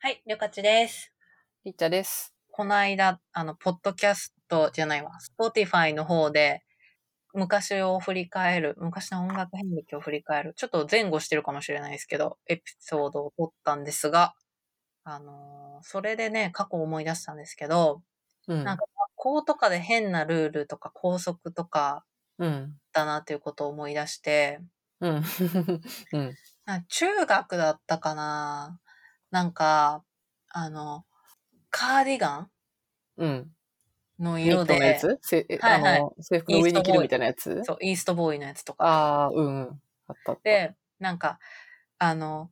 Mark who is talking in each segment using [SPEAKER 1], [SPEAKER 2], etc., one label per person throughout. [SPEAKER 1] はい、りょかちです。
[SPEAKER 2] りっちゃです。
[SPEAKER 1] この間、あの、ポッドキャストじゃないわ、Spotify の方で、昔を振り返る、昔の音楽遍歴を振り返る、ちょっと前後してるかもしれないですけど、エピソードを撮ったんですが、あのーそれでね、過去を思い出したんですけど、
[SPEAKER 2] うん
[SPEAKER 1] なんか学校とかで変なルールとか校則とか
[SPEAKER 2] うん。
[SPEAKER 1] だなということを思い出して、
[SPEAKER 2] うん。 うん。
[SPEAKER 1] なんか中学だったかななんか、あの、カーディガン
[SPEAKER 2] うん。
[SPEAKER 1] の
[SPEAKER 2] ニ
[SPEAKER 1] 色
[SPEAKER 2] ット
[SPEAKER 1] で、
[SPEAKER 2] のやつせ、え
[SPEAKER 1] はいはい
[SPEAKER 2] あの、制服の上に着るみたいなやつ
[SPEAKER 1] そう、イーストボーイのやつとか。
[SPEAKER 2] ああ、うんうん。あったあった。
[SPEAKER 1] で、なんか、あの、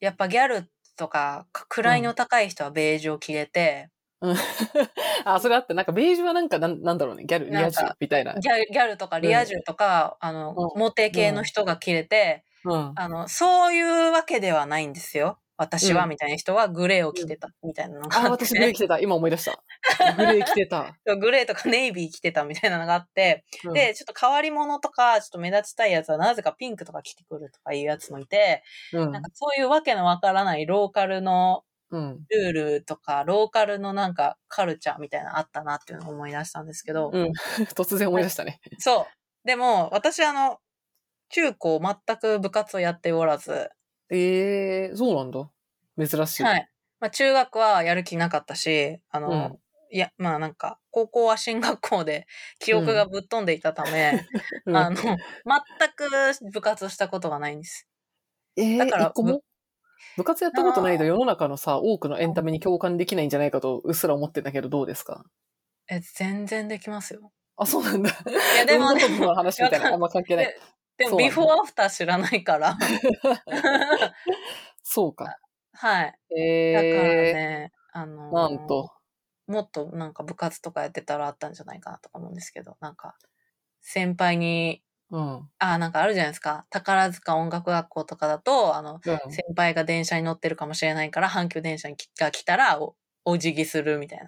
[SPEAKER 1] やっぱギャルとか、か位の高い人はベージュを着れて、
[SPEAKER 2] うん あ、それあって、なんかベージュはなんかなん、なんだろうね。ギャル、リ
[SPEAKER 1] なん
[SPEAKER 2] ア
[SPEAKER 1] か
[SPEAKER 2] 充みたいな。
[SPEAKER 1] ギャギャルとかリア充とか、あの、
[SPEAKER 2] う
[SPEAKER 1] モテ系の人が着れて、
[SPEAKER 2] うん。
[SPEAKER 1] あの、そういうわけではないんですよ。私は、
[SPEAKER 2] うん
[SPEAKER 1] みたいな人はグレーを着てた、みたいなのが
[SPEAKER 2] あ、
[SPEAKER 1] あって、
[SPEAKER 2] 私グレー着てた。今思い出した。 グレー着てた。
[SPEAKER 1] グレーとかネイビー着てたみたいなのがあって、
[SPEAKER 2] うん、
[SPEAKER 1] で、ちょっと変わり者とか、ちょっと目立ちたいやつはなぜかピンクとか着てくるとかいうやつもいて、
[SPEAKER 2] うん
[SPEAKER 1] なんかそういうわけのわからないローカルの
[SPEAKER 2] うん。
[SPEAKER 1] ルールとか、ローカルのなんかカルチャーみたいなのあったなっていうのを思い出したんですけど、
[SPEAKER 2] うん突然思い出したね。
[SPEAKER 1] そう。でも、私あの、中高全く部活をやっておらず、
[SPEAKER 2] ええー、そうなんだ。珍しい。。
[SPEAKER 1] はいい。まあ中学はやる気なかったし、あの、
[SPEAKER 2] うん
[SPEAKER 1] いや、まあなんか、高校は進学校で 記憶がぶっ飛んでいたため、
[SPEAKER 2] うん
[SPEAKER 1] あの、全く部活をしたことがないんです。
[SPEAKER 2] ええ
[SPEAKER 1] だから
[SPEAKER 2] 一個も部活やったことないと世の中のさ、多くのエンタメに共感できないんじゃないかとうっすら思ってんだけど、どうですか
[SPEAKER 1] え、全然できますよ。
[SPEAKER 2] あ、そうなんだ。
[SPEAKER 1] いや、でも、
[SPEAKER 2] 運動
[SPEAKER 1] で
[SPEAKER 2] 部
[SPEAKER 1] も
[SPEAKER 2] の、話みたいな、あんま関係ない。
[SPEAKER 1] で
[SPEAKER 2] そ
[SPEAKER 1] も、
[SPEAKER 2] うなんだ
[SPEAKER 1] ビフォーアフター知らない から。
[SPEAKER 2] そうか。
[SPEAKER 1] はい。
[SPEAKER 2] え
[SPEAKER 1] だから
[SPEAKER 2] え
[SPEAKER 1] ね、あの
[SPEAKER 2] ー、なんと。
[SPEAKER 1] もっとなんか部活とかやってたらあったんじゃないかなとか思うんですけど、なんか、先輩に、
[SPEAKER 2] うん。うん
[SPEAKER 1] あーなんかあるじゃないですか。宝塚音楽学校とかだと、あの、先輩が電車に乗ってるかもしれないから、阪急電車にきが来たらお、お辞儀するみたい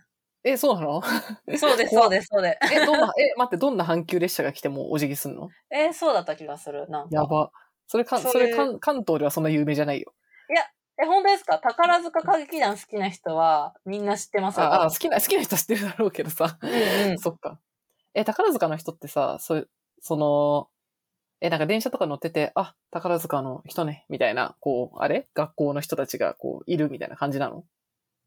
[SPEAKER 2] え、そうな の
[SPEAKER 1] な。そうです、
[SPEAKER 2] 怖
[SPEAKER 1] そ
[SPEAKER 2] っ
[SPEAKER 1] うです、そうです。
[SPEAKER 2] え、どんな、え、待って、どんな阪急列車が来てもお辞儀すんの
[SPEAKER 1] えーそうだった気がする。なんか。
[SPEAKER 2] やば。それか、
[SPEAKER 1] そ
[SPEAKER 2] そ
[SPEAKER 1] れ
[SPEAKER 2] れ関関東ではそんな有名じゃないよ。
[SPEAKER 1] え、本当ですか宝塚歌劇団好きな人は、みんな知ってますよ。
[SPEAKER 2] ああ、好きな、 好きな人は知ってるだろうけどさ。
[SPEAKER 1] うんうん
[SPEAKER 2] そっか。え、宝塚の人ってさ、そう、その、え、なんか電車とか乗ってて、あ、宝塚の人ね、みたいな、こう、あれ学校の人たちが、こう、いるみたいな感じなの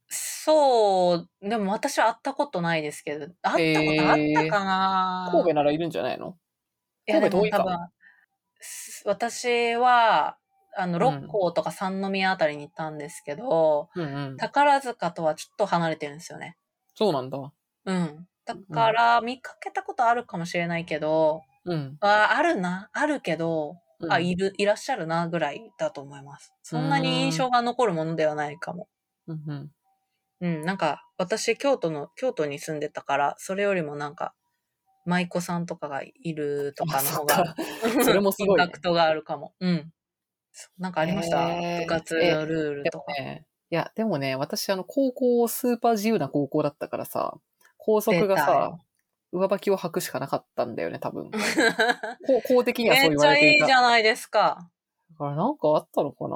[SPEAKER 1] そう、でも私は会ったことないですけど、会ったことあったかな、
[SPEAKER 2] 神戸ならいるんじゃないの
[SPEAKER 1] いやでも
[SPEAKER 2] 神戸遠いか
[SPEAKER 1] 多分す私は、あの、
[SPEAKER 2] ん
[SPEAKER 1] 六甲とか三宮あたりに行ったんですけど、
[SPEAKER 2] うんうん。
[SPEAKER 1] 宝塚とはちょっと離れてるんですよね。
[SPEAKER 2] そうなんだ。
[SPEAKER 1] うん。だから、見かけたことあるかもしれないけど、
[SPEAKER 2] うん。
[SPEAKER 1] ああるな、あるけど、
[SPEAKER 2] うん
[SPEAKER 1] あ、いる、いらっしゃるな、ぐらいだと思います。そんなに印象が残るものではないかも。
[SPEAKER 2] うんうん。
[SPEAKER 1] うん、なんか、私、京都の、京都に住んでたから、それよりもなんか、舞妓さんとかがいるとかの方が
[SPEAKER 2] あ、 それもすごいね
[SPEAKER 1] インパクトがあるかも。うん。そうなんかありました、
[SPEAKER 2] へー
[SPEAKER 1] 部活のルール
[SPEAKER 2] で
[SPEAKER 1] と
[SPEAKER 2] も
[SPEAKER 1] か。
[SPEAKER 2] ね、いや、でもね、私、あの、高校、スーパー自由な高校だったからさ、校則が
[SPEAKER 1] 出た
[SPEAKER 2] さ
[SPEAKER 1] よ、
[SPEAKER 2] 上履きを履くしかなかったんだよね、多分。 高校的にはそう
[SPEAKER 1] めっ
[SPEAKER 2] 言
[SPEAKER 1] ち
[SPEAKER 2] わ
[SPEAKER 1] ゃ
[SPEAKER 2] れて
[SPEAKER 1] い
[SPEAKER 2] い
[SPEAKER 1] い
[SPEAKER 2] た。
[SPEAKER 1] じゃないですか。
[SPEAKER 2] だからなんかあったのかな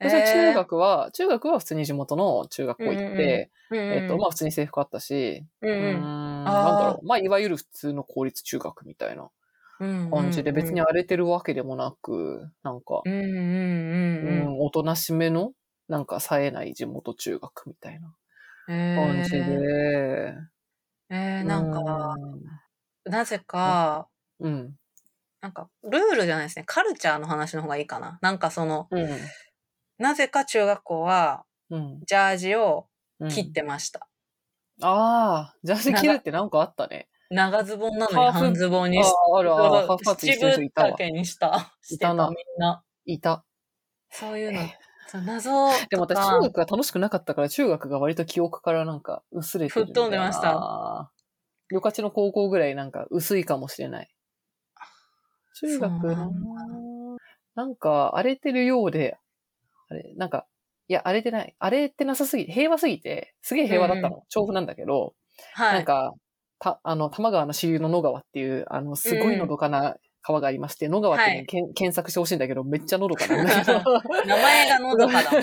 [SPEAKER 1] え
[SPEAKER 2] 私は中学は、中学は普通に地元の中学校行って、
[SPEAKER 1] うんうん、
[SPEAKER 2] えっと、まあ普通に制服あったし、
[SPEAKER 1] うん
[SPEAKER 2] うー
[SPEAKER 1] うんあ
[SPEAKER 2] ん、
[SPEAKER 1] ー
[SPEAKER 2] なんだろう。まあいわゆる普通の公立中学みたいな
[SPEAKER 1] うんうん、
[SPEAKER 2] 感じで、別に
[SPEAKER 1] あ
[SPEAKER 2] 荒れてるわけでもなく、なんか、
[SPEAKER 1] うんうん
[SPEAKER 2] う
[SPEAKER 1] うんうん
[SPEAKER 2] ん、おとなしめの、なんか冴えない地元中学みたいな
[SPEAKER 1] えー
[SPEAKER 2] 感じで。
[SPEAKER 1] えー、なんか、なぜか、
[SPEAKER 2] うん、うん。
[SPEAKER 1] なんか、ルールじゃないですね。カルチャーの話の方がいいかな。なんかその、
[SPEAKER 2] うん。
[SPEAKER 1] なぜか中学校は、
[SPEAKER 2] うん。
[SPEAKER 1] ジャージを
[SPEAKER 2] うん
[SPEAKER 1] 切っ。てました。
[SPEAKER 2] ああ、ジャージ切るってなんかあったね。
[SPEAKER 1] 長ズボンなの
[SPEAKER 2] ハ
[SPEAKER 1] に
[SPEAKER 2] ーフ
[SPEAKER 1] 半ズボン
[SPEAKER 2] あ
[SPEAKER 1] にし
[SPEAKER 2] あ、あるある。ハーフパーツ
[SPEAKER 1] 七
[SPEAKER 2] してる人
[SPEAKER 1] 分
[SPEAKER 2] いたわ。
[SPEAKER 1] 丈にした。してた
[SPEAKER 2] いたな
[SPEAKER 1] みんな。
[SPEAKER 2] いた。
[SPEAKER 1] そういうの。そう謎とか。
[SPEAKER 2] でも私中学が楽しくなかったから中学が割と記憶からなんか薄れてるんだ
[SPEAKER 1] 吹っ飛
[SPEAKER 2] よな
[SPEAKER 1] んでました。
[SPEAKER 2] よかちの高校ぐらいなんか薄いかもしれない。中学
[SPEAKER 1] そうな
[SPEAKER 2] なん
[SPEAKER 1] だ
[SPEAKER 2] なんか荒れてるようで、あれ、なんか、いや荒れてない。荒れてなさすぎて、平和すぎて、すげえ平和だったの。調布なんだけど、
[SPEAKER 1] はい。
[SPEAKER 2] なんか、た、あの、玉川の支流の野川っていう、あの、すごいのどかな川がありまして、野川ってね、
[SPEAKER 1] はい
[SPEAKER 2] けん検索してほしいんだけど、めっちゃのどかなんだけど、
[SPEAKER 1] 名前がのどかだもん。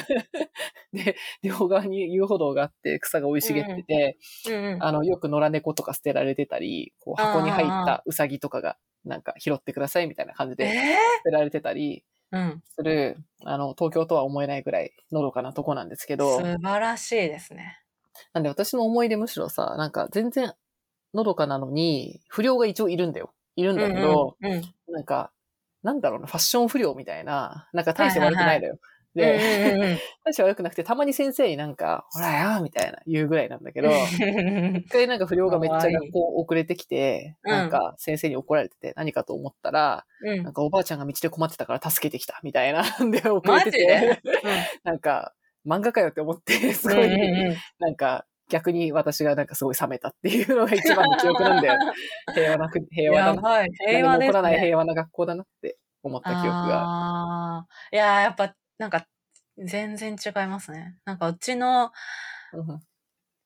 [SPEAKER 2] で、 両側に遊歩道があって、草が生い茂ってて、
[SPEAKER 1] うんうん。
[SPEAKER 2] あの、よく野良猫とか捨てられてたり、こう箱に入っ
[SPEAKER 1] あーあ
[SPEAKER 2] たウサギとかが、なんか拾ってくださいみたいな感じで
[SPEAKER 1] え
[SPEAKER 2] 捨てられてたり
[SPEAKER 1] ーうん。
[SPEAKER 2] する、あの、東京とは思えないぐらいのどかなとこなんですけど、
[SPEAKER 1] 素晴らしいですね。
[SPEAKER 2] なんで私の思い出むしろさ、なんか全然のどかなのに、不良が一応いるんだよ。いるんだけど、
[SPEAKER 1] うんうんうん
[SPEAKER 2] なんか、なんだろうな、ファッション不良みたいな、なんか大して悪くないのよ。で、
[SPEAKER 1] うんうんうんうん
[SPEAKER 2] 大して悪くなくて、たまに先生になんか、ほらよ、みたいな言うぐらいな んだけど、一回なんか不良がめっちゃ学校遅れてきて、
[SPEAKER 1] かわいい
[SPEAKER 2] なんか先生に怒られてて何かと思ったら、
[SPEAKER 1] うん
[SPEAKER 2] なんかおばあちゃんが道で困ってたから助けてきた、みたいな。 で、遅れ
[SPEAKER 1] マ
[SPEAKER 2] て
[SPEAKER 1] ジ
[SPEAKER 2] て
[SPEAKER 1] で、
[SPEAKER 2] なんか、漫画かよって思って、す
[SPEAKER 1] うん
[SPEAKER 2] ご
[SPEAKER 1] うん
[SPEAKER 2] い、
[SPEAKER 1] うん
[SPEAKER 2] なんか、逆に私がなんかすごい冷めたっていうのが一番の記憶なんだよ。 平和な国、平和だ
[SPEAKER 1] や
[SPEAKER 2] な。
[SPEAKER 1] ばい。平和
[SPEAKER 2] 何も
[SPEAKER 1] です
[SPEAKER 2] 起こらない
[SPEAKER 1] ね。
[SPEAKER 2] 平和な学校だなって思った記憶が。
[SPEAKER 1] あーいやーやっぱ、なんか、全然違いますね。なんか、うちの
[SPEAKER 2] うん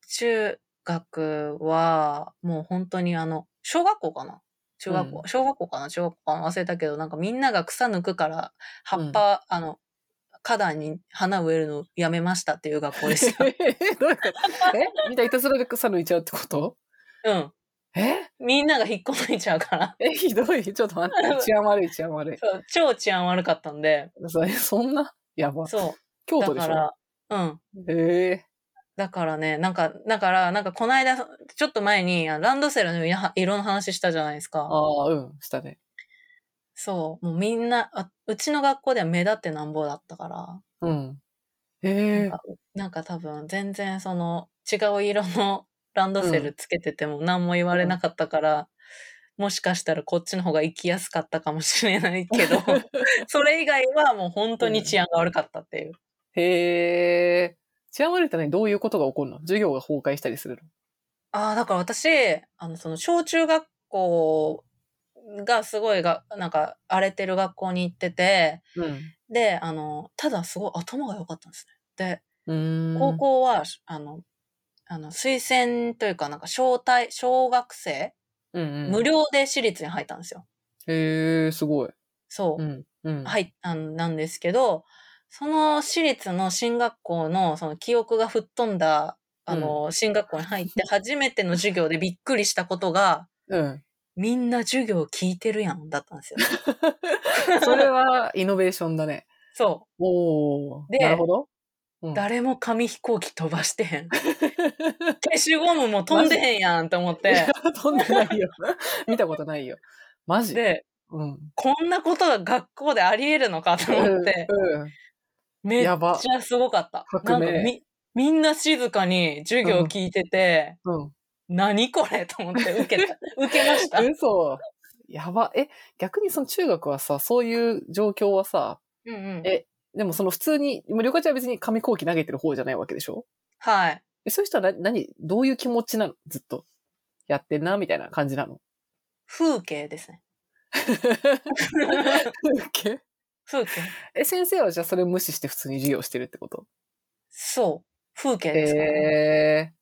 [SPEAKER 1] 中学は、もう本当にあの、小学校かな中学校、
[SPEAKER 2] う
[SPEAKER 1] 小学校かな中学校かな忘れたけど、なんかみんなが草抜くから、葉っぱ、あの、花壇に花植えるのやめましたっていう学校 でした。
[SPEAKER 2] どういうことえみんないたずらで草抜いちゃうってこと
[SPEAKER 1] うん。
[SPEAKER 2] え
[SPEAKER 1] みんなが引っこ抜いちゃうから。
[SPEAKER 2] え、ひどい。ちょっと待って。治安悪い、治安悪い。
[SPEAKER 1] そう超治安悪かったんで、
[SPEAKER 2] それそんなやば。
[SPEAKER 1] そう。
[SPEAKER 2] 京
[SPEAKER 1] だ
[SPEAKER 2] 都で
[SPEAKER 1] か
[SPEAKER 2] しょ
[SPEAKER 1] ら、うん。
[SPEAKER 2] え
[SPEAKER 1] だからね、なんか、だから、なんかこの間、ちょっと前に、あランドセルのや色の話したじゃないです
[SPEAKER 2] ー、
[SPEAKER 1] か。
[SPEAKER 2] ああ、うん、したね。
[SPEAKER 1] そう。もうみんなあ、うちの学校では目立ってなんぼだったから、
[SPEAKER 2] うん。え
[SPEAKER 1] な
[SPEAKER 2] え
[SPEAKER 1] んかなんか多分、全然その、違う色のランドセルつけてても何も言われなかったから、もしかしたらこっちの方が行きやすかったかもしれないけ ど、それ以外はもう本当に治安が悪かったっていう。
[SPEAKER 2] へえ。治安悪いって何どういうことが起こるの授業が崩壊したりするの
[SPEAKER 1] ああ、だから私、あの、その、小中学校がすごいが、なんか、荒れてる学校に行ってて、
[SPEAKER 2] うん
[SPEAKER 1] で、あの、ただすごい頭が良かったんですね。。
[SPEAKER 2] うー
[SPEAKER 1] で、
[SPEAKER 2] ん
[SPEAKER 1] 高校は、あの、あの、推薦というか、なんか、招待、小学生、
[SPEAKER 2] うんうん、
[SPEAKER 1] 無料で私立に入ったんですよ。
[SPEAKER 2] へえ、すごい。
[SPEAKER 1] そうう、
[SPEAKER 2] ん。うん。い。
[SPEAKER 1] はい、あの、なんですけど、その私立の進学校の、その、記憶が吹っ飛んだ、あの、進学校に入って、初めての授業でびっくりしたことが、
[SPEAKER 2] うん。
[SPEAKER 1] みんな授業聞いてるやん、だったんです よ。
[SPEAKER 2] それは、イノベーションだね。
[SPEAKER 1] そ
[SPEAKER 2] おお。
[SPEAKER 1] で
[SPEAKER 2] なるほど。う
[SPEAKER 1] う。
[SPEAKER 2] ん
[SPEAKER 1] 誰も紙飛行機飛ばして へん。消しゴムも飛んでへんやんと思っ
[SPEAKER 2] いや
[SPEAKER 1] て。
[SPEAKER 2] 飛んでないよ。 見たことないよ。マジ
[SPEAKER 1] で、
[SPEAKER 2] うん。
[SPEAKER 1] こんなことが学校であり得るのかと思って、
[SPEAKER 2] うんうん
[SPEAKER 1] めっ
[SPEAKER 2] やば
[SPEAKER 1] ちゃすごかった。な
[SPEAKER 2] 革
[SPEAKER 1] んか
[SPEAKER 2] 命
[SPEAKER 1] み、みんな静かに授業聞いてて、
[SPEAKER 2] うん。
[SPEAKER 1] 何これと思って受け た。受けま した。
[SPEAKER 2] 嘘。やば。え、逆にその中学はさ、そういう状況はさ、
[SPEAKER 1] うんうん
[SPEAKER 2] えでもその普通に、もう旅客ちゃんは別に紙飛行機投げてる方じゃないわけでしょ
[SPEAKER 1] はい。
[SPEAKER 2] えそういう人は何、何、どういう気持ちなのずっと。やってんな、みたいな感 じなの。
[SPEAKER 1] 風景ですね。風景
[SPEAKER 2] え、先生はじゃあそれを無視して普通に授業してるってこと
[SPEAKER 1] そう。風景ですからね。
[SPEAKER 2] へえ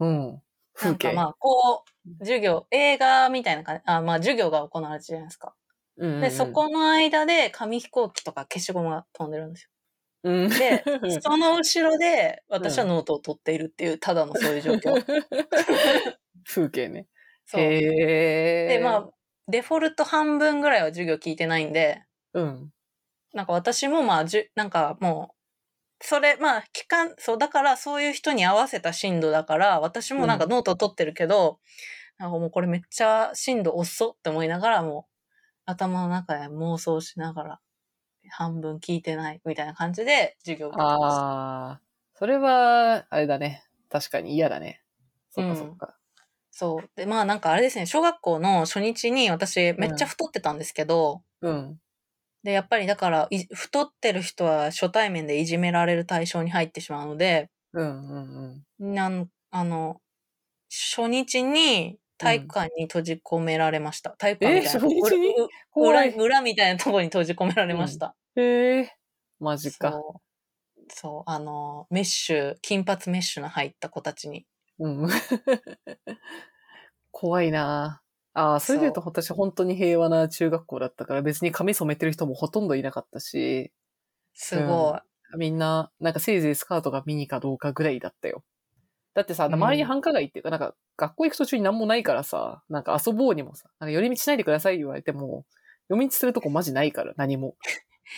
[SPEAKER 2] ー。うん。風景。
[SPEAKER 1] なんかまあ、こう、授業、映画みたいな感じ、あまあ、授業が行われてるじゃないですか。
[SPEAKER 2] うんうんうん
[SPEAKER 1] で、そ。この間で紙飛行機とか消しゴムが飛んでるんです
[SPEAKER 2] うん。
[SPEAKER 1] よ。で、その後ろで私はノートを取っているっていう、ただのそういう状況。
[SPEAKER 2] 風景ね。
[SPEAKER 1] そう。
[SPEAKER 2] へえ
[SPEAKER 1] で、まあ、デフォルト半分ぐらいは授業聞いてないんで、
[SPEAKER 2] うん。
[SPEAKER 1] なんか私もまあ、じゅなんかもう、それ、まあ、期間、そう、だからそういう人に合わせた進度だから、私もなんかノートを取ってるけど、なんかもうこれめっちゃ進度遅って思いながら、もう頭の中で妄想しながら、半分聞いてないみたいな感じで授業を受けてました
[SPEAKER 2] ああ、それは、あれだね。確かに嫌だね。そっかそっか。
[SPEAKER 1] そう。で、まあなんかあれですね、小学校の初日に私めっちゃ太ってたんですけど、
[SPEAKER 2] うん。
[SPEAKER 1] で、やっぱりだから、い太ってる人は初対面でいじめられる対象に入ってしまうので、
[SPEAKER 2] うんうん
[SPEAKER 1] なん、あの、初日に体育館に閉じ込められました。体育館みたいなとこ。
[SPEAKER 2] え初日に
[SPEAKER 1] うう
[SPEAKER 2] 怖
[SPEAKER 1] 裏
[SPEAKER 2] い
[SPEAKER 1] 裏みたいなところに閉じ込められました。
[SPEAKER 2] うん。へえ。マジか。
[SPEAKER 1] そう。そう、あの、メッシュ、金髪メッシュの入った子たちに。
[SPEAKER 2] うん。怖いなああ、それで言うと私本当に平和な中学校だったから別に髪染めてる人もほとんどいなかったし、
[SPEAKER 1] すごい。
[SPEAKER 2] みんな、なんかせいぜいスカートがミニかどうかぐらいだったよ。だってさ、
[SPEAKER 1] うん
[SPEAKER 2] 周りに繁華街っていうか、なんか学校行く途中に何もないからさ、なんか遊ぼうにもさ、なんか寄り道しないでください言われても、寄り道するとこマジないから、何も。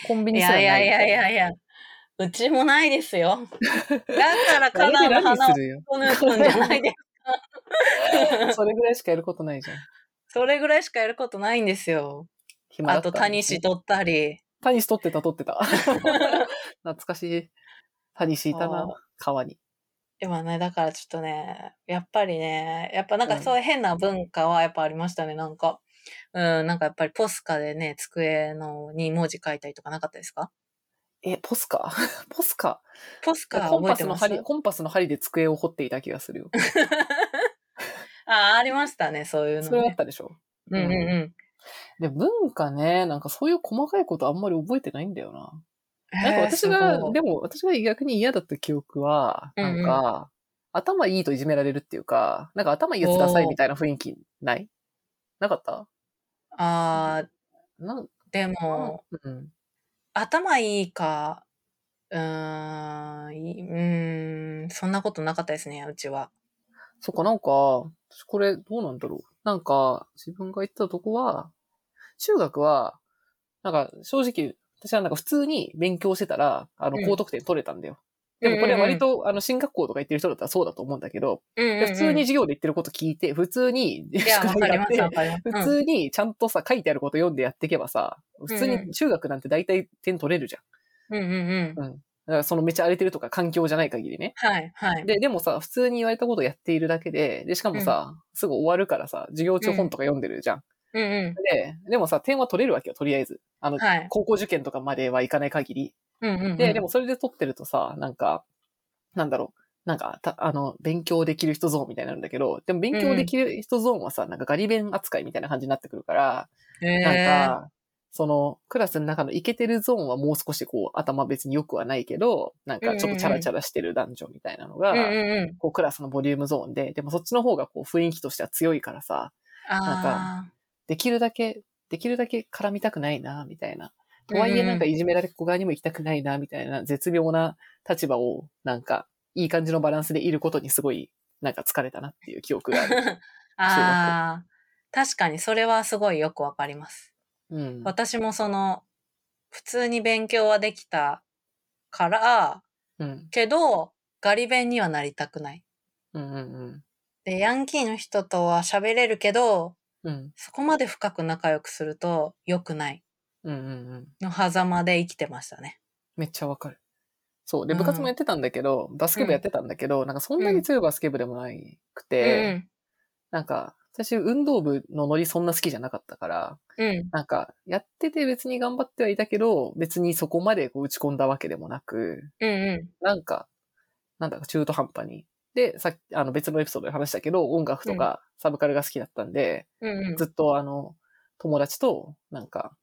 [SPEAKER 2] コンビ
[SPEAKER 1] い
[SPEAKER 2] ニすら
[SPEAKER 1] や
[SPEAKER 2] ない。
[SPEAKER 1] いやいやいやいや。うちもないですよ。だから
[SPEAKER 2] 家
[SPEAKER 1] 花壇の
[SPEAKER 2] 何
[SPEAKER 1] 花を
[SPEAKER 2] するよ。
[SPEAKER 1] こ抜くんじゃないです。
[SPEAKER 2] それぐらいしかやることないじゃん。
[SPEAKER 1] それぐらいしかやることないんですよ。
[SPEAKER 2] 暇だ
[SPEAKER 1] あ
[SPEAKER 2] った
[SPEAKER 1] と、
[SPEAKER 2] んだ
[SPEAKER 1] タニシ取ったり。
[SPEAKER 2] タニシ取ってた、取っ てた。懐かしい。タニシいたな
[SPEAKER 1] そ、
[SPEAKER 2] 川に。
[SPEAKER 1] 今ね、だからちょっとね、やっぱりね、やっぱなん
[SPEAKER 2] う
[SPEAKER 1] か
[SPEAKER 2] ん
[SPEAKER 1] そういう変な文化はやっぱありましたね、なんか。うん、なんかやっぱりポスカでね、机のに文字書いたりとかなかったですか
[SPEAKER 2] え、ポスカ ポスカ
[SPEAKER 1] ポスカ
[SPEAKER 2] コン
[SPEAKER 1] 覚え
[SPEAKER 2] パ
[SPEAKER 1] て
[SPEAKER 2] スの
[SPEAKER 1] ます
[SPEAKER 2] 針、コンパスの針で机を掘っていた気がするよ。
[SPEAKER 1] あ、ありましたね、そういうの、ね。
[SPEAKER 2] それはあったでしょ
[SPEAKER 1] うんうんう
[SPEAKER 2] で、文化ね、なんかそういう細かいことあんまり覚えてないんだよな。
[SPEAKER 1] ん。
[SPEAKER 2] なんか私が
[SPEAKER 1] へーす、ごい
[SPEAKER 2] でも私が逆に嫌だった記憶は、なんか、頭いいといじめられるっていうか、なんか頭いいやつダサいみたいな雰囲気ないなかった
[SPEAKER 1] あー
[SPEAKER 2] なん、
[SPEAKER 1] でも、
[SPEAKER 2] うん。
[SPEAKER 1] 頭いいか、うーん、いうーん、そんなことなかったですね、うちは。
[SPEAKER 2] そっか、なんか、私これどうなんだろう。なんか、自分が行ったとこは、中学は、なんか正直、私はなんか普通に勉強してたら、あの
[SPEAKER 1] う、ん
[SPEAKER 2] 高得点取れたんだよ。でもこれは割と、あの、進学校とか行ってる人だったらそうだと思うんだけど、
[SPEAKER 1] うんうんうん、
[SPEAKER 2] 普通に授業で言ってること聞いて、普通に、
[SPEAKER 1] いや、わ
[SPEAKER 2] 宿
[SPEAKER 1] か
[SPEAKER 2] 題
[SPEAKER 1] り
[SPEAKER 2] やっ
[SPEAKER 1] ま
[SPEAKER 2] て
[SPEAKER 1] す、わかります。
[SPEAKER 2] 普
[SPEAKER 1] うん
[SPEAKER 2] 通にちゃんとさ、書いてあること読んでやっていけばさ、普通
[SPEAKER 1] うんう
[SPEAKER 2] に中学なんて大体点取れるじ
[SPEAKER 1] うんうんうん
[SPEAKER 2] ゃん。。うん。だからそのめちゃ荒れてるとか環境じゃない限りね。
[SPEAKER 1] はい、はい。
[SPEAKER 2] で、でもさ、普通に言われたことやっているだけで、で、しかもさ、すぐ終わるからさ、授業中本とか読んでるじゃん。
[SPEAKER 1] うんう
[SPEAKER 2] で、でもさ、点は取れるわけよ、とりあえず。あの、
[SPEAKER 1] ん。はい。
[SPEAKER 2] 高校受験とかまではいかない限り。
[SPEAKER 1] うんうんうん。
[SPEAKER 2] で、でもそれで取ってるとさ、なんか、なんだろう。なんか、たあの、勉強できる人ゾーンみたいになるんだけど、でも勉強できる人ゾーンはさ、なんかガリ弁扱いみたいな感じになってくるから、
[SPEAKER 1] へー、
[SPEAKER 2] なんか、その、クラスの中のイケてるゾーンはもう少しこう、頭別に良くはないけど、なんかちょっとチャラチャラしてる男女みたいなのが、
[SPEAKER 1] うんうんうん。
[SPEAKER 2] こう、クラスのボリュームゾーンで、でもそっちの方がこう、雰囲気としては強いからさ、なん
[SPEAKER 1] あ
[SPEAKER 2] できるだけ、できるだけ絡みたくないな、みたいな。とはいえ
[SPEAKER 1] うんうん
[SPEAKER 2] なんかいじめられっ子側にも行きたくないな、みたいな絶妙な立場を、なんか、いい感じのバランスでいることにすごい、なんか疲れたなっていう記 憶がある。
[SPEAKER 1] あ。ああ。確かに、それはすごいよくわかります。
[SPEAKER 2] うん。
[SPEAKER 1] 私もその、普通に勉強はできたから、
[SPEAKER 2] うん。
[SPEAKER 1] けど、ガリ勉にはなりたくない。
[SPEAKER 2] うん。うん。
[SPEAKER 1] で、ヤンキーの人とは喋れるけど、
[SPEAKER 2] うん。
[SPEAKER 1] そこまで深く仲良くすると良くない。
[SPEAKER 2] うん。うん。うん。
[SPEAKER 1] の狭間で生きてましたね。
[SPEAKER 2] めっちゃわかる。そう。で、
[SPEAKER 1] うん
[SPEAKER 2] 部活もやってたんだけど、バスケ部やってたんだけど、なんかそんなに強いバスケ部でもないくて、なんか、私、運動部のノリそんな好きじゃなかったから、
[SPEAKER 1] うん。うん。
[SPEAKER 2] なんか、やってて別に頑張ってはいたけど、別にそこまでこう打ち込んだわけでもなく、
[SPEAKER 1] うんう
[SPEAKER 2] なんか、なんだか中途半端に。で、さっき、あの別のエピソードで話したけど、音楽とかサブカルが好きだったんで、
[SPEAKER 1] ん。うんうん
[SPEAKER 2] ずっとあの、友達と、なんか、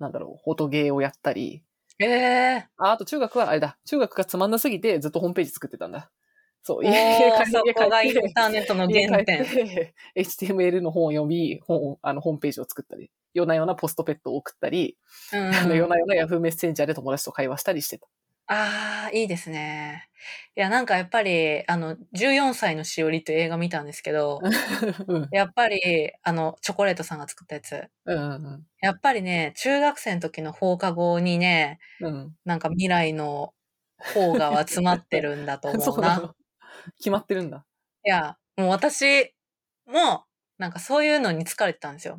[SPEAKER 2] なんだろう、フォトゲーをやったり、
[SPEAKER 1] ええ
[SPEAKER 2] あ、あと中学はあれだ、中学がつまんなすぎてずっとホームページ作ってたんだ。そう、
[SPEAKER 1] ー。おーそこがイ
[SPEAKER 2] 家帰っ
[SPEAKER 1] ンターネットの
[SPEAKER 2] 家帰
[SPEAKER 1] 原
[SPEAKER 2] っ
[SPEAKER 1] 点。
[SPEAKER 2] て HTML の本を読み、本をあのホームページを作ったり、夜な夜なポストペットを送ったり、
[SPEAKER 1] うん
[SPEAKER 2] あの
[SPEAKER 1] う
[SPEAKER 2] 夜
[SPEAKER 1] ん、
[SPEAKER 2] な夜なヤフーメッセンジャーで友達と会話したりしてた。
[SPEAKER 1] ああ、いいですね。いや、なんかやっぱり、あの、14歳のしおりっていう映画見たんですけど、
[SPEAKER 2] うん
[SPEAKER 1] やっぱり、あの、チョコレートさんが作ったやつ。
[SPEAKER 2] うん
[SPEAKER 1] やっぱりね、中学生の時の放課後にね、
[SPEAKER 2] うん
[SPEAKER 1] なんか未来の方がは詰まってるんだと
[SPEAKER 2] うん。
[SPEAKER 1] 思
[SPEAKER 2] そううな
[SPEAKER 1] な。
[SPEAKER 2] の。決まってるんだ。
[SPEAKER 1] いや、もう私も、なんかそういうのに疲れてたんですよ。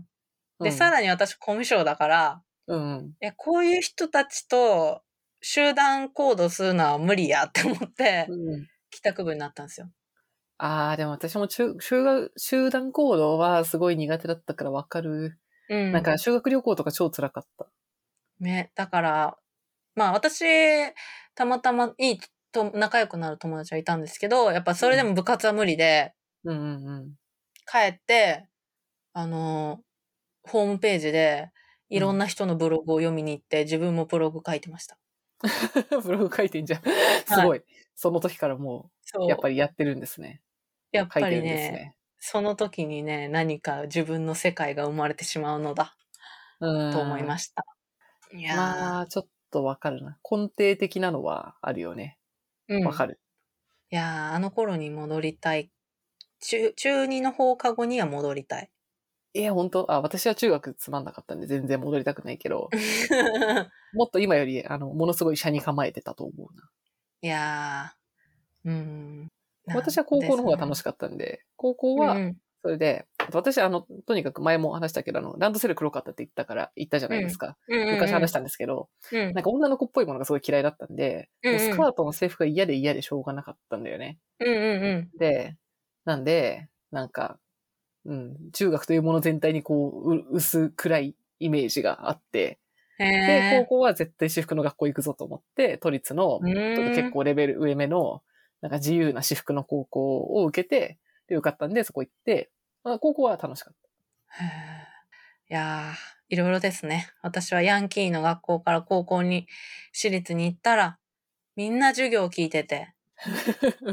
[SPEAKER 1] で、
[SPEAKER 2] うん
[SPEAKER 1] さらに私、コミュ障だから、
[SPEAKER 2] うん。
[SPEAKER 1] いや、こういう人たちと集団行動するのは無理やって思って、
[SPEAKER 2] うん
[SPEAKER 1] 帰宅部になったんですよ。
[SPEAKER 2] ああ、でも私も中、集団、集団行動はすごい苦手だったからわかる。
[SPEAKER 1] うん。
[SPEAKER 2] なんか修学旅行とか超辛かった。
[SPEAKER 1] ね、だから、まあ私、たまたまいいと仲良くなる友達はいたんですけど、やっぱそれでも部活は無理で、
[SPEAKER 2] うんうんうん。
[SPEAKER 1] 帰って、あの、ホームページで、いろんな人のブログを読みに行って、自分もブログ書いてました。
[SPEAKER 2] ブログ書いてんじゃ ん。すごい。その時からも
[SPEAKER 1] そう
[SPEAKER 2] う、やっぱりやってるんですね。
[SPEAKER 1] やっぱ
[SPEAKER 2] 書いて
[SPEAKER 1] り
[SPEAKER 2] るんで
[SPEAKER 1] ね、
[SPEAKER 2] すね。
[SPEAKER 1] その時にね、何か自分の世界が生まれてしまうのだ、
[SPEAKER 2] うん。
[SPEAKER 1] と思いました。いやー、
[SPEAKER 2] まあ、ちょっとわかるな。根底的なのはあるよね。
[SPEAKER 1] うん
[SPEAKER 2] わかる。
[SPEAKER 1] いやー、あの頃に戻りたい。中、中2の放課後には戻りたい。
[SPEAKER 2] え、本当あ、私は中学つまんなかったんで全然戻りたくないけど、もっと今より、あの、ものすごい車に構えてたと思うな。
[SPEAKER 1] いやー、うん。
[SPEAKER 2] 私は高校の方が楽
[SPEAKER 1] し
[SPEAKER 2] しかったんで、高校
[SPEAKER 1] う
[SPEAKER 2] は、
[SPEAKER 1] ん、
[SPEAKER 2] それで、私、あの、とにかく前も話したけど、あの、ランドセル黒かったって言ったから、言ったじゃないですか。昔話したんですけど、
[SPEAKER 1] うんうん
[SPEAKER 2] なんか女の子っぽいものがすごい嫌いだったんで、
[SPEAKER 1] うんうん
[SPEAKER 2] もうスカートの制服が嫌で嫌でしょうがなかったんだよね。
[SPEAKER 1] うんうん
[SPEAKER 2] で、なんで、なんか、うん、中学というもの全体にこう、う薄暗いイメージがあって、
[SPEAKER 1] うん。
[SPEAKER 2] で、
[SPEAKER 1] へ
[SPEAKER 2] 高校は絶対私服の学校行くぞと思って、都立の、
[SPEAKER 1] ー
[SPEAKER 2] ちょっと結。構レベル上目の、なんか自由な私服の高校を受けて、で、受かったんで、そこ行って、まあ、高校は楽しかっ
[SPEAKER 1] うんへーいやー、いろいろですね。私はヤンキーの学校から高校に、私立に行ったら、みんな授業聞いてて、
[SPEAKER 2] た。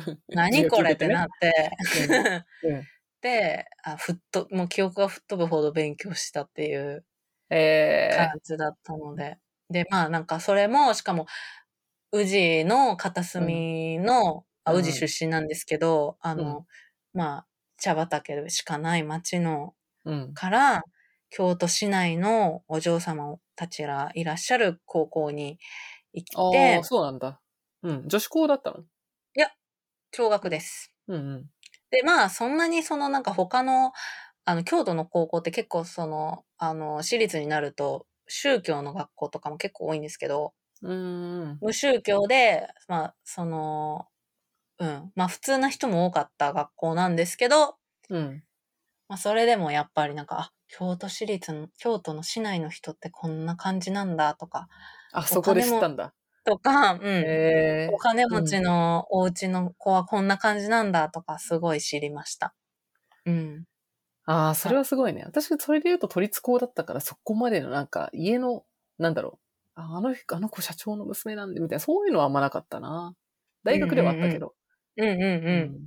[SPEAKER 1] 何これってな
[SPEAKER 2] な
[SPEAKER 1] って、
[SPEAKER 2] うん うん
[SPEAKER 1] で、あ、ふっと、もう記憶が吹っ飛ぶほど勉強したっていう
[SPEAKER 2] えー
[SPEAKER 1] 感じだったので。で、まあなんかそれも、しかも、宇治の片隅の、あ
[SPEAKER 2] うん
[SPEAKER 1] 宇治出身なんですけど、あの、まあ、茶畑しかない町の、
[SPEAKER 2] うん。
[SPEAKER 1] から、京都市内のお嬢様たちがいらっしゃる高校に行
[SPEAKER 2] あ
[SPEAKER 1] って
[SPEAKER 2] あ、、そうなんだ。うん。女子校だったの
[SPEAKER 1] 共学です。
[SPEAKER 2] うんうん。
[SPEAKER 1] で、まあ、そんなにそのなんか他の、あの、京都の高校って結構その、あの、私立になると、宗教の学校とかも結構多いんですけど、
[SPEAKER 2] うーん。
[SPEAKER 1] 無宗教で、まあ、その、うん、まあ普通な人も多かった学校なんですけど、
[SPEAKER 2] うん。
[SPEAKER 1] まあそれでもやっぱりなんか、あ、京都市立の、京都の市内の人ってこんな感じなんだとか、
[SPEAKER 2] あ、そこで知ったんだ。
[SPEAKER 1] とか、うん、
[SPEAKER 2] えー
[SPEAKER 1] お金持ちのお家の子はこんな感じなんだとか、すごい知りました。うん。
[SPEAKER 2] ああ、それはすごいね。私、それで言うと都立校だったから、そこまでのなんか、家の、なんだろう。ああの、あの子社長の娘なんで、みたいな、そういうのはあんまなかったな。大学ではあったけど。
[SPEAKER 1] うんうん
[SPEAKER 2] う
[SPEAKER 1] うん。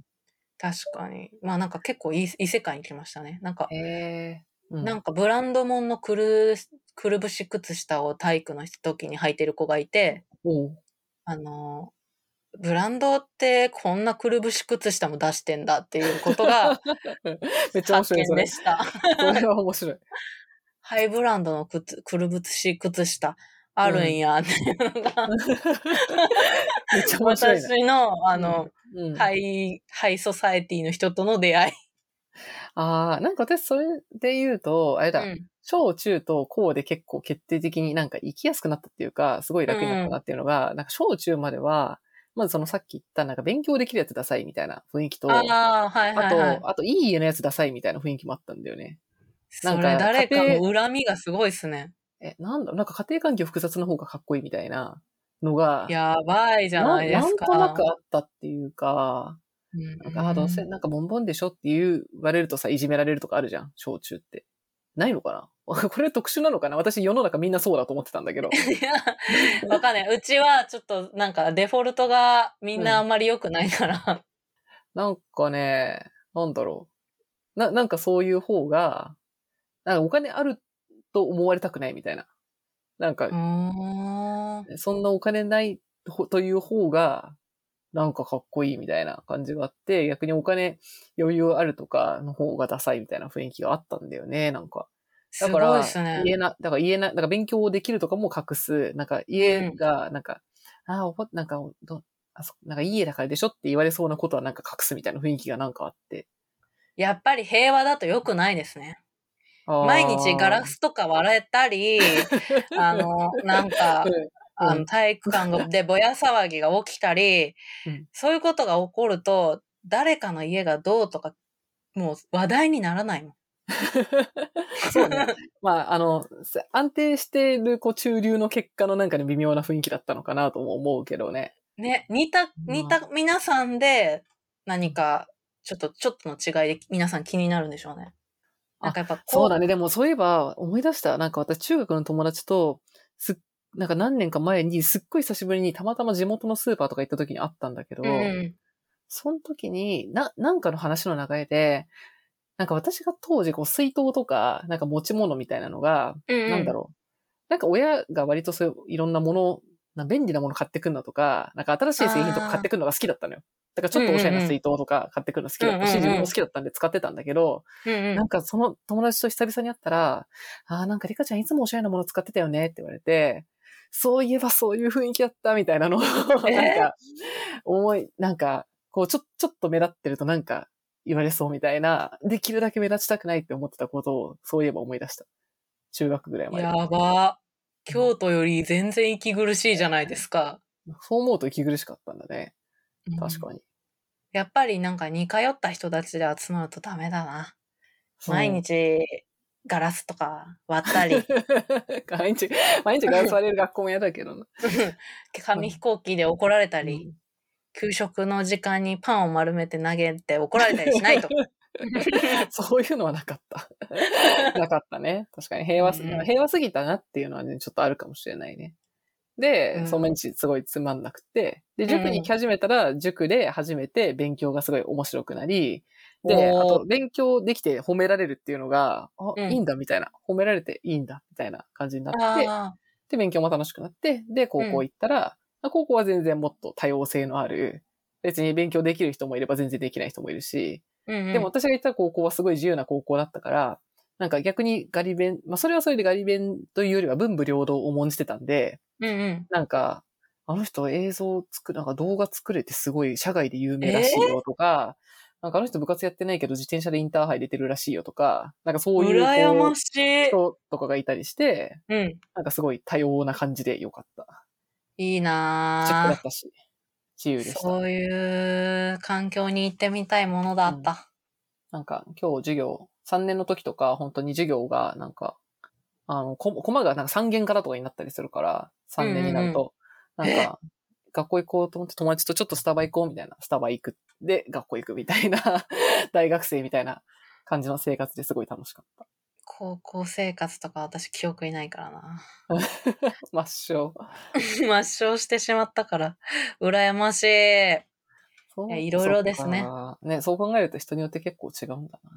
[SPEAKER 1] 確かに。まあなんか結構いい異世界に来ましたね。なんか、
[SPEAKER 2] えーうん
[SPEAKER 1] なんかブランドもんのくる、くるぶし靴下を体育の時に履いてる子がいて、
[SPEAKER 2] おう
[SPEAKER 1] あの、ブランドってこんなくるぶし靴下も出してんだっていうこと が
[SPEAKER 2] めっちゃ面
[SPEAKER 1] 発
[SPEAKER 2] 白い、
[SPEAKER 1] 見
[SPEAKER 2] そ
[SPEAKER 1] で
[SPEAKER 2] れ。
[SPEAKER 1] した。
[SPEAKER 2] それは面白い。
[SPEAKER 1] ハイブランドの靴、くるぶし靴下あるんや、っていうのが、
[SPEAKER 2] めっちゃ面白いね。
[SPEAKER 1] 私の、あの、
[SPEAKER 2] うん
[SPEAKER 1] ハイ、ハイソサエティの人との出会い。
[SPEAKER 2] ああ、なんか私、それで言うと、あれだ、小中と高で結構決定的になんか生きやすくなったっていうか、すごい楽になったなっていうのが、なんか小中までは、まずそのさっき言ったなんか勉強できるやつダサいみたいな雰囲気と、あ
[SPEAKER 1] ああ、はいはい、はい。
[SPEAKER 2] と、あといい家のやつダサいみたいな雰囲気もあったんだよね。なん
[SPEAKER 1] そ
[SPEAKER 2] か
[SPEAKER 1] れ誰か
[SPEAKER 2] 家
[SPEAKER 1] の恨みがすごいっすね。
[SPEAKER 2] え、なんだろう、なんか家庭環境複雑の方がかっこいいみたいなのが、
[SPEAKER 1] やばいじゃないですか。
[SPEAKER 2] ななんとなくあったっていうか、
[SPEAKER 1] うん
[SPEAKER 2] なんか、あーどうせ、なんか、ボンボンでしょって言われるとさ、いじめられるとかあるじゃん、小中って。ないの かなこれ特殊なのかな私、世の中みんなそうだと思ってたんだけど。
[SPEAKER 1] いや、わかんない。うちはちょっとなんかデフォルトがみんなあんまり良くないから。
[SPEAKER 2] なんかね、なんだろう。な、なんかそういう方が、なんかお金あると思われたくないみたいな。なんか
[SPEAKER 1] う、ーん。
[SPEAKER 2] そんなお金ないほという方が、なんかかっこいいみたいな感じがあって、逆にお金余裕あるとかの方がダサいみたいな雰囲気があったんだよね、なんか。
[SPEAKER 1] す
[SPEAKER 2] だか
[SPEAKER 1] ごい
[SPEAKER 2] ら、
[SPEAKER 1] っすね。
[SPEAKER 2] 言えな、だから言えな、だから勉強できるとかも隠す。なんか家が、なんか、ああ、おこ、なんか、ど、あそ、なんかいい家だからでしょって言われそうなことはなんか隠すみたいな雰囲気がなんかあって。
[SPEAKER 1] やっぱり平和だと良くないですね。
[SPEAKER 2] あー
[SPEAKER 1] 毎日ガラスとか割れた り、あ、の、なんか
[SPEAKER 2] う、ん
[SPEAKER 1] あの体育館がでぼや騒ぎが起きたり、
[SPEAKER 2] うん
[SPEAKER 1] そういうことが起こると、誰かの家がどうとか、もう話題にならないもん。
[SPEAKER 2] そうね。 まあ、あの、せ安定してる、こう、中流の結果のなんかね、微妙な雰囲気だったのかなとも思うけどね。
[SPEAKER 1] ね、似た、似た皆さんで何か、ちょっと、ちょっとの違いで皆さん気になるんでしょうね。なんかやっぱこ
[SPEAKER 2] そうだね。でも、そういえば、思い出した。なんか私、中学の友達と、すっ、なんか何年か前に、すっごい久しぶりに、たまたま地元のスーパーとか行った時に会ったんだけど、
[SPEAKER 1] うんうん
[SPEAKER 2] その時に、な、なんかの話の流れで、なんか私が当時、こう、水筒とか、なんか持ち物みたいなのが、
[SPEAKER 1] うん、
[SPEAKER 2] なんだ
[SPEAKER 1] ろ
[SPEAKER 2] ろう。なんか親が割とそういういろんなものを、な便利なもの買ってくんだとか、なんか新しい製品とか買ってくんのが好きだったのよ。だからちょっとおしゃれな水筒とか買ってくるの好きだったし、
[SPEAKER 1] うんうんうん
[SPEAKER 2] 自分も好きだったんで使ってたんだけど、
[SPEAKER 1] う。うんうん
[SPEAKER 2] なんかその友達と久々に会ったら、あーなんかリカちゃんいつもおしゃれなもの使ってたよねって言われて、そういえばそういう雰囲気だったみたいなのを、 なんか、思い、なんか、こうちょ、ちょっと目立ってるとなんか言われそうみたいな、できるだけ目立ちたくないって思ってたことを、そういえば思い出した。中学ぐらいまで。
[SPEAKER 1] やば。京都より全然息苦しいじゃないですか。
[SPEAKER 2] そう思うと息苦しかったんだね。確か
[SPEAKER 1] に。
[SPEAKER 2] に。
[SPEAKER 1] やっぱりなんか似通った人たちで集まるとダメだな。
[SPEAKER 2] そう
[SPEAKER 1] 毎。日ガラスとか割った り、
[SPEAKER 2] 毎日、毎日ガラス割れる学校も嫌だけどな。
[SPEAKER 1] 紙飛行機で怒られたり、
[SPEAKER 2] うん
[SPEAKER 1] 給食の時間にパンを丸めて投げて怒られたりしないと。
[SPEAKER 2] そういうのはなか った。なかったね。確かに平和す、
[SPEAKER 1] うんうん
[SPEAKER 2] 平和すぎたなっていうのはね、ちょっとあるかもしれないね。で、
[SPEAKER 1] うん
[SPEAKER 2] その毎日すごいつまんなくて、で、
[SPEAKER 1] ん
[SPEAKER 2] 塾に行き始めたら、塾で初めて勉強がすごい面白くなり、で、あ
[SPEAKER 1] おー
[SPEAKER 2] と、勉強できて褒められるっていうのが、あ、
[SPEAKER 1] うん
[SPEAKER 2] いいんだみたいな、褒められていいんだみ たいな感じになって、
[SPEAKER 1] あ
[SPEAKER 2] で、勉強も楽しくなって、で、高校行ったら、まあ高校は全然もっと多様性のある、別に勉強できる人もいれば全然できない人もいるし、
[SPEAKER 1] ーうんうん
[SPEAKER 2] でも私が行った高校はすごい自由な高校だったから、なんか逆にガリ弁、まあそれはそれでガリ弁というよりは文武両道を重んじてたんで、
[SPEAKER 1] うんうん
[SPEAKER 2] なんか、あの人映像作る、なんか動画作れてすごい社外で有名らしいよとか、なんかあの人部活やってないけど自転車でインターハイ出てるらしいよとか、なんかそういう
[SPEAKER 1] 羨
[SPEAKER 2] こ
[SPEAKER 1] ま
[SPEAKER 2] う
[SPEAKER 1] しい。
[SPEAKER 2] 人とかがいたりして、
[SPEAKER 1] うん。
[SPEAKER 2] なんかすごい多様な感じでよかった。
[SPEAKER 1] いい
[SPEAKER 2] チェックだ
[SPEAKER 1] な
[SPEAKER 2] ったし、自由
[SPEAKER 1] ぁ。
[SPEAKER 2] でした。
[SPEAKER 1] そういう環境に行ってみたいものだった。
[SPEAKER 2] なんか今日授業、3年の時とか本当に授業がなんか、あの、こコマがなんか3限からとかになったりするから、3年になると、
[SPEAKER 1] うんうん
[SPEAKER 2] なんか、学校行こうと思って友達とちょっとスタバ行こうみたいな、スタバ行く。で、学校行くみたいな、 大学生みたいな感じの生活ですごい楽しかっ
[SPEAKER 1] 高校生活とか私記憶にないからな。
[SPEAKER 2] た。抹消。
[SPEAKER 1] 抹消してしまったから、羨ましい。
[SPEAKER 2] そう
[SPEAKER 1] いやいろいろですね。
[SPEAKER 2] そっかね、そう考えると人によって結構違うんだ
[SPEAKER 1] い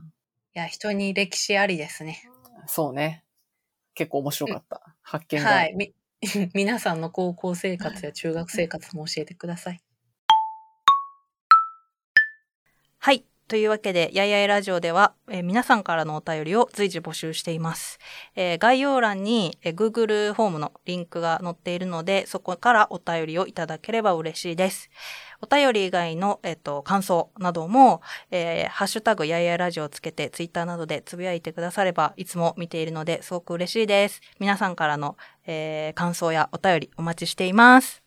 [SPEAKER 1] や、人に歴史ありですね。
[SPEAKER 2] な。そうね。結構面白かった。発見が。
[SPEAKER 1] はい。み、 皆さんの高校 生活や中学生活も教えてください。
[SPEAKER 3] はい。というわけで、やいやいラジオでは、えー皆さんからのお便りを随時募集しています。えー概要欄に、えー Google フォームのリンクが載っているので、そこからお便りをいただければ嬉しいです。お便り以外の、えっと、感想なども、えーハッシュタグやいやいラジオをつけて、Twitter などでつぶやいてくだされば、いつも見ているので、すごく嬉しいです。皆さんからの、えー感想やお便りお待ちしています。